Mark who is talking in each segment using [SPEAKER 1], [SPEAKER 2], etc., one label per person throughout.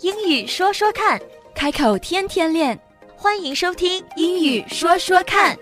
[SPEAKER 1] 英语说说看，
[SPEAKER 2] 开口天天练，
[SPEAKER 1] 欢迎收听《英语说说看》。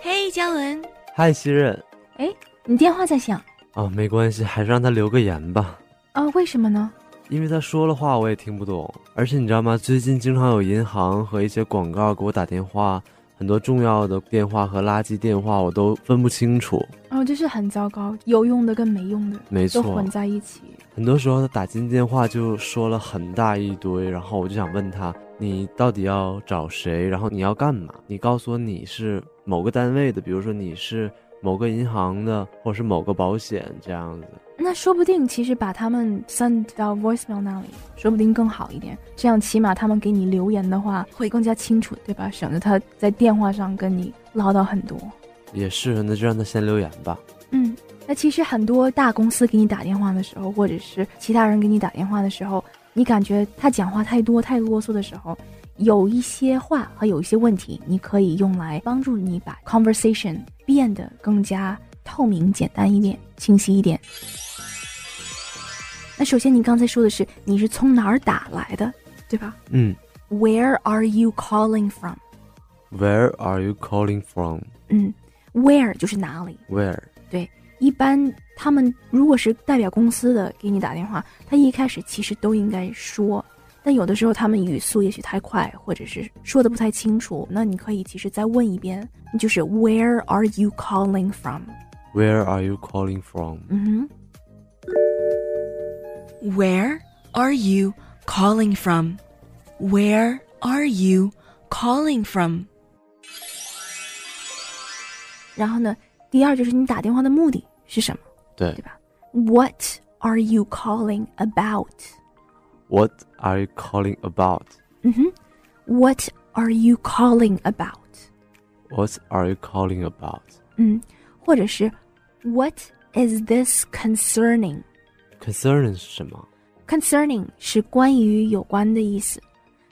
[SPEAKER 1] 嘿，嘉文，
[SPEAKER 3] 嗨，西任。
[SPEAKER 4] 哎，你电话在响
[SPEAKER 3] 啊，没关系，还是让他留个言吧。
[SPEAKER 4] 啊？为什么呢？
[SPEAKER 3] 因为他说了话我也听不懂，而且你知道吗？最近经常有银行和一些广告给我打电话，很多重要的电话和垃圾电话我都分不清楚。
[SPEAKER 4] 哦，就是很糟糕，有用的跟没用的
[SPEAKER 3] 没
[SPEAKER 4] 都
[SPEAKER 3] 错
[SPEAKER 4] 混，在一起。
[SPEAKER 3] 很多时候他打进电话就说了很大一堆，然后我就想问他，你到底要找谁？然后你要干嘛？你告诉我你是某个单位的，比如说你是某个银行的，或者是某个保险这样子。
[SPEAKER 4] 那说不定其实把他们 send 到 voicemail 那里，说不定更好一点。这样起码他们给你留言的话会更加清楚，对吧？省得他在电话上跟你唠叨很多。
[SPEAKER 3] 也是，那就让他先留言吧。
[SPEAKER 4] 嗯，那其实很多大公司给你打电话的时候，或者是其他人给你打电话的时候，你感觉他讲话太多、太啰嗦的时候，有一些话和有一些问题，你可以用来帮助你把 conversation 变得更加透明、简单一点、清晰一点。那首先，你刚才说的是你是从哪儿打来的，对吧
[SPEAKER 3] 嗯
[SPEAKER 4] ？Where are you calling from？
[SPEAKER 3] ，Where are you calling from？
[SPEAKER 4] 嗯，Where 就是哪里。
[SPEAKER 3] Where？
[SPEAKER 4] 一般他们如果是代表公司的给你打电话，他一开始其实都应该说，但有的时候他们语速也许太快，或者是说的不太清楚，那你可以其实再问一遍，就是 Where are you calling from？
[SPEAKER 3] Where are you calling from？
[SPEAKER 4] 嗯哼，
[SPEAKER 2] Where are you calling from? Where are you calling from?
[SPEAKER 4] 然后呢，第二就是你打电话的目的是什么
[SPEAKER 3] 对
[SPEAKER 4] 对？What are you calling about？
[SPEAKER 3] ，What are you calling about？What
[SPEAKER 4] 嗯哼，What Mm-hmm. are you calling about？
[SPEAKER 3] are you calling about？
[SPEAKER 4] 嗯，或者是 What is this concerning？
[SPEAKER 3] Concern 是什么
[SPEAKER 4] concerning 是关于有关的意思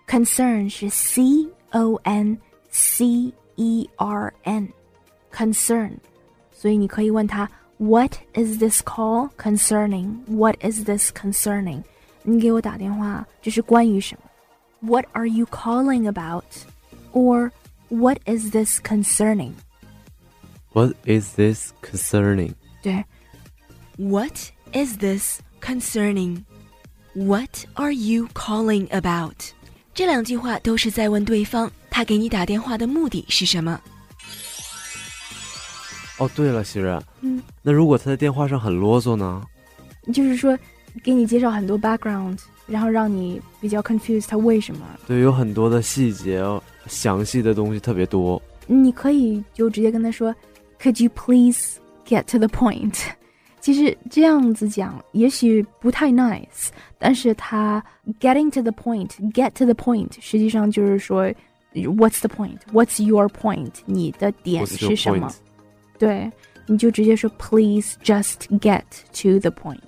[SPEAKER 4] ，concern 是 c o n c e r n concern，所以你可以问他 What is this call concerning? What is this concerning? 你给我打电话，这是关于什么？What are you calling about? Or What is this concerning?
[SPEAKER 3] ？What is this concerning？
[SPEAKER 4] 对，
[SPEAKER 2] What is this concerning? What are you calling about? 这两句话都是在问对方，他给你打电话的目的是什么。
[SPEAKER 3] 哦，对了，熙然，
[SPEAKER 4] 嗯，
[SPEAKER 3] 那如果他在电话上很啰嗦呢？
[SPEAKER 4] 就是说给你介绍很多 background，然后让你比较 confused 他为什么。
[SPEAKER 3] 对，有很多的细节，详细的东西特别多。
[SPEAKER 4] 你可以就直接跟他说，Could you please get to the point？其 实这样子讲也许不太 nice，但是他 getting to the point，get to the point，实际上就是说，What's the point？What's your point？你的点
[SPEAKER 3] What's your
[SPEAKER 4] 是什么
[SPEAKER 3] point？？
[SPEAKER 4] 对，你就直接说 Please just get to the point，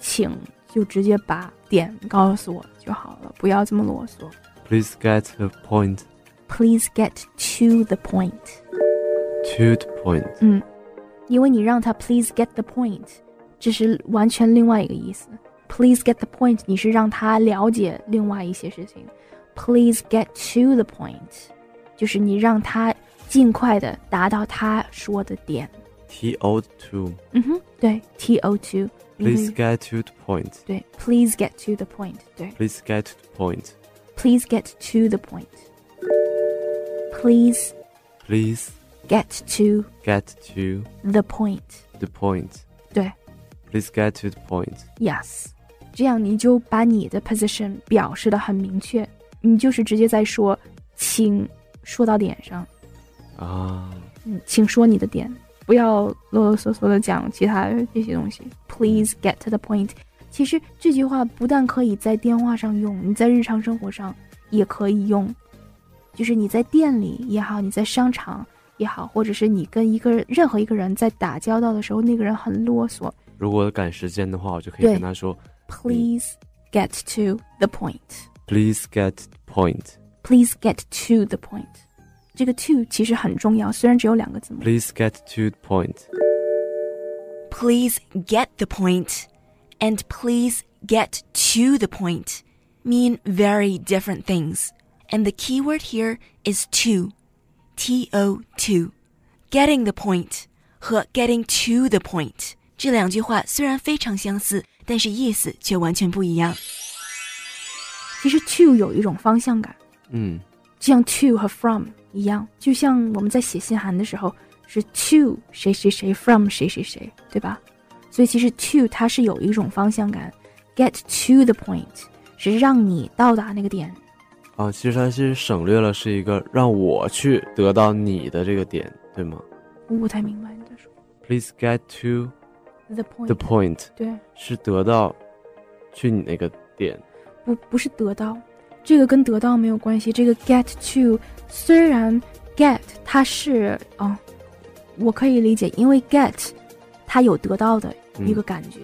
[SPEAKER 4] 请就直接把点告诉我就好了，不要这么啰嗦。
[SPEAKER 3] Please get the point
[SPEAKER 4] Please get to the point。
[SPEAKER 3] to the point。
[SPEAKER 4] 嗯，因为你让他 please get the point，这是完全另外一个意思。Please get the point，你是让他了解另外一些事情。Please get to the point，就是你让他尽快的达到他说的点。
[SPEAKER 3] T O to
[SPEAKER 4] 嗯哼，对，T O two。嗯
[SPEAKER 3] please
[SPEAKER 4] Mm-hmm.
[SPEAKER 3] get to the point。
[SPEAKER 4] 对，Please get to the point。对
[SPEAKER 3] Please get to the point.
[SPEAKER 4] ，Please get to the point。Please
[SPEAKER 3] Please
[SPEAKER 4] get to
[SPEAKER 3] get to
[SPEAKER 4] the point。
[SPEAKER 3] the point.
[SPEAKER 4] 对
[SPEAKER 3] Please get to the point.
[SPEAKER 4] ，yes，这样你就把你的 position 表示的很明确，你就是直接在说，请说到点上，
[SPEAKER 3] 啊，
[SPEAKER 4] 嗯，请说你的点，不要啰啰嗦嗦的讲其他这些东西。Please get to the point。其实这句话不但可以在电话上用，你在日常生活上也可以用，就是你在店里也好，你在商场也好，或者是你跟一个任何一个人在打交道的时候，那个人很啰嗦
[SPEAKER 3] 如果赶时间的话，我就可以
[SPEAKER 4] 对
[SPEAKER 3] 跟他说
[SPEAKER 4] ，Please get to the point。
[SPEAKER 3] ，Please get to the point.
[SPEAKER 4] Please get to the point。这个 to 其实很重要，虽然只有两个字母。
[SPEAKER 3] Please get to the point.
[SPEAKER 2] Please get the point, and please get to the point mean very different things. And the key word here is to. T O to. Getting the point 和 getting to the point 这两句话虽然非常相似，但是意思却完全不一样。
[SPEAKER 4] 其实 to 有一种方向感，
[SPEAKER 3] 嗯
[SPEAKER 4] 就像 to 和 from 一样，就像我们在写信函的时候是 to 谁谁谁 from 谁谁谁，对吧？所以其实 to 它是有一种方向感，get to the point 是让你到达那个点。
[SPEAKER 3] 啊，其实它是省略了是一个让我去得到你的这个点，对吗
[SPEAKER 4] 我不太明白你在说
[SPEAKER 3] ？Please get to
[SPEAKER 4] the point，,
[SPEAKER 3] the point
[SPEAKER 4] 对，
[SPEAKER 3] 是得到去你那个点。
[SPEAKER 4] 不不是得到，这个跟得到没有关系。这个 get to 虽然 get 它是啊、我可以理解，因为 get 它有得到的
[SPEAKER 3] 嗯
[SPEAKER 4] 一个感觉，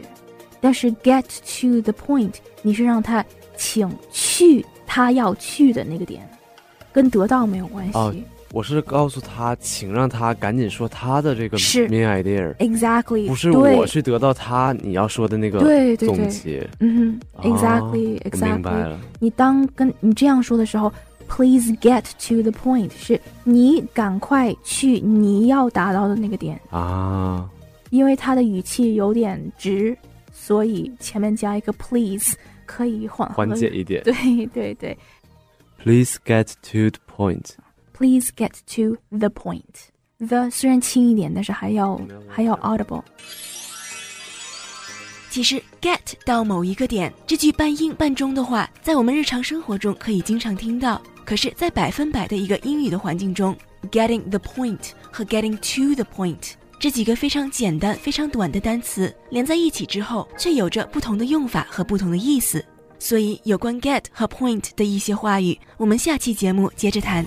[SPEAKER 4] 但是 get to the point 你是让他请去他要去的那个点，跟得到没有关系。
[SPEAKER 3] 哦我是告诉他，请让他赶紧说他的这个
[SPEAKER 4] 是
[SPEAKER 3] main idea，
[SPEAKER 4] exactly，
[SPEAKER 3] 不是
[SPEAKER 4] 对
[SPEAKER 3] 我去得到他你要说的那个
[SPEAKER 4] 对对
[SPEAKER 3] 总
[SPEAKER 4] 对，
[SPEAKER 3] 结。
[SPEAKER 4] 嗯
[SPEAKER 3] 哦
[SPEAKER 4] 哼，exactly
[SPEAKER 3] 我明白
[SPEAKER 4] exactly。
[SPEAKER 3] 了，
[SPEAKER 4] 你当跟你这样说的时候，please get to the point，是你赶快去你要达到的那个点，
[SPEAKER 3] 啊，
[SPEAKER 4] 因为它的语气有点直，所以前面加一个 please 可以缓和
[SPEAKER 3] 缓解。一点。
[SPEAKER 4] 对对对
[SPEAKER 3] Please get to the point。
[SPEAKER 4] ，please get to the point。the 虽然轻一点，但是还要还要 audible。
[SPEAKER 2] 其实 get 到某一个点这句半英半中的话，在我们日常生活中可以经常听到。可是，在百分百的一个英语的环境中，getting the point 和 getting to the point 这几个非常简单、非常短的单词连在一起之后，却有着不同的用法和不同的意思。所以，有关 get 和 point 的一些话语，我们下期节目接着谈。